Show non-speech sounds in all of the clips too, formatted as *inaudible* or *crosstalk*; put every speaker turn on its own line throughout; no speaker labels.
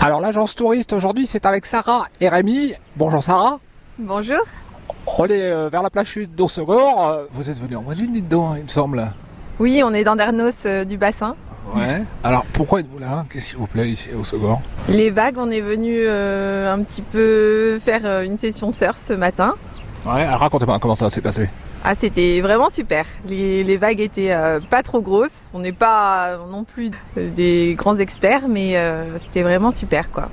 Alors l'agence touriste aujourd'hui c'est avec Sarah et Rémi. Bonjour Sarah.
Bonjour.
On est euh, vers la plage sud d'Ossegor. Euh, Vous êtes venu en voisine dites donc hein, il me semble.
Oui, on est dans Dernos euh, du bassin.
Ouais. Alors pourquoi êtes-vous là hein Qu'est-ce qu'il vous plaît ici à Ossegor
Les vagues, on est venu euh, un petit peu faire euh, une session surf ce matin.
Ouais, alors racontez-moi comment ça s'est passé.
Ah, c'était vraiment super. Les, les vagues étaient euh, pas trop grosses. On n'est pas euh, non plus euh, des grands experts, mais euh, c'était vraiment super quoi.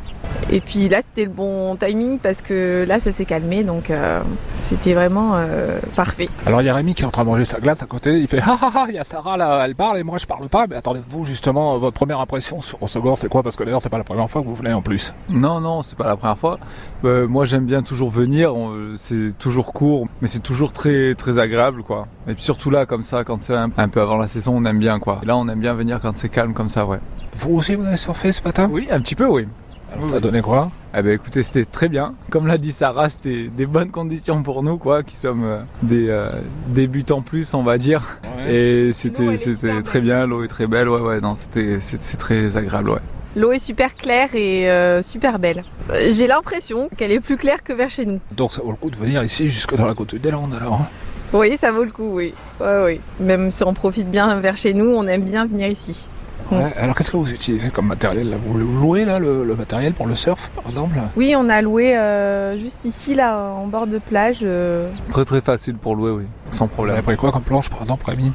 Et puis là, c'était le bon timing parce que là, ça s'est calmé, donc euh, c'était vraiment euh, parfait.
Alors il y a Rémi qui est en train de manger sa glace à côté, il fait ah ah ah, il y a Sarah là, elle parle et moi je parle pas. Mais attendez, vous justement, euh, votre première impression sur Ossegor c'est quoi Parce que d'ailleurs c'est pas la première fois que vous venez en plus.
Non, non, c'est pas la première fois. Euh, moi, j'aime bien toujours venir. on- C'est toujours court, mais c'est toujours très, très agréable, quoi. Et puis surtout là, comme ça, quand c'est un, un peu avant la saison, on aime bien, quoi. Et là, on aime bien venir quand c'est calme, comme ça, ouais.
Vous aussi vous avez surfé ce matin
Oui, un petit peu, oui.
Alors, Ça a donné quoi
Eh ben, écoutez, c'était très bien. Comme l'a dit Sarah, c'était des bonnes conditions pour nous, quoi, qui sommes euh, des euh, débutants plus, on va dire. Et
elle
c'était,
est super
c'était
belle.
très bien. L'eau est très belle, ouais, ouais. Non, c'était, c'est c'est très agréable, ouais.
L'eau est super claire et euh, super belle. Euh, J'ai l'impression qu'elle est plus claire que vers chez nous.
Donc ça vaut le coup de venir ici jusque dans la côte des Landes alors. hein.
Oui, ça vaut le coup, oui. Ouais, oui. Même si on profite bien vers chez nous, on aime bien venir ici. Mm.
Ouais, alors qu'est-ce que vous utilisez comme matériel là Vous le louez là le, le matériel pour le surf par exemple
Oui, on a loué euh, juste ici, là, en bord de plage. euh.
Très, très facile pour louer, oui. Sans
Vous
problème.
avez pris quoi comme planche par exemple Rémi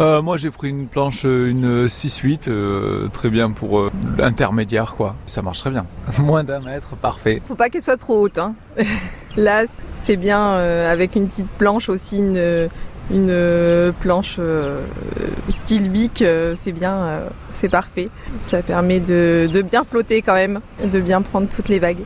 Euh, moi j'ai pris une planche, euh, une 6-8, euh, très bien pour euh, l'intermédiaire quoi. Ça marche très bien. *laughs* Moins d'un mètre, parfait.
Faut pas qu'elle soit trop haute. Hein. *laughs* là, c'est bien euh, avec une petite planche aussi, une, une euh, planche euh, style bic, euh, c'est bien, euh, c'est parfait. Ça permet de, de bien flotter quand même, de bien prendre toutes les vagues.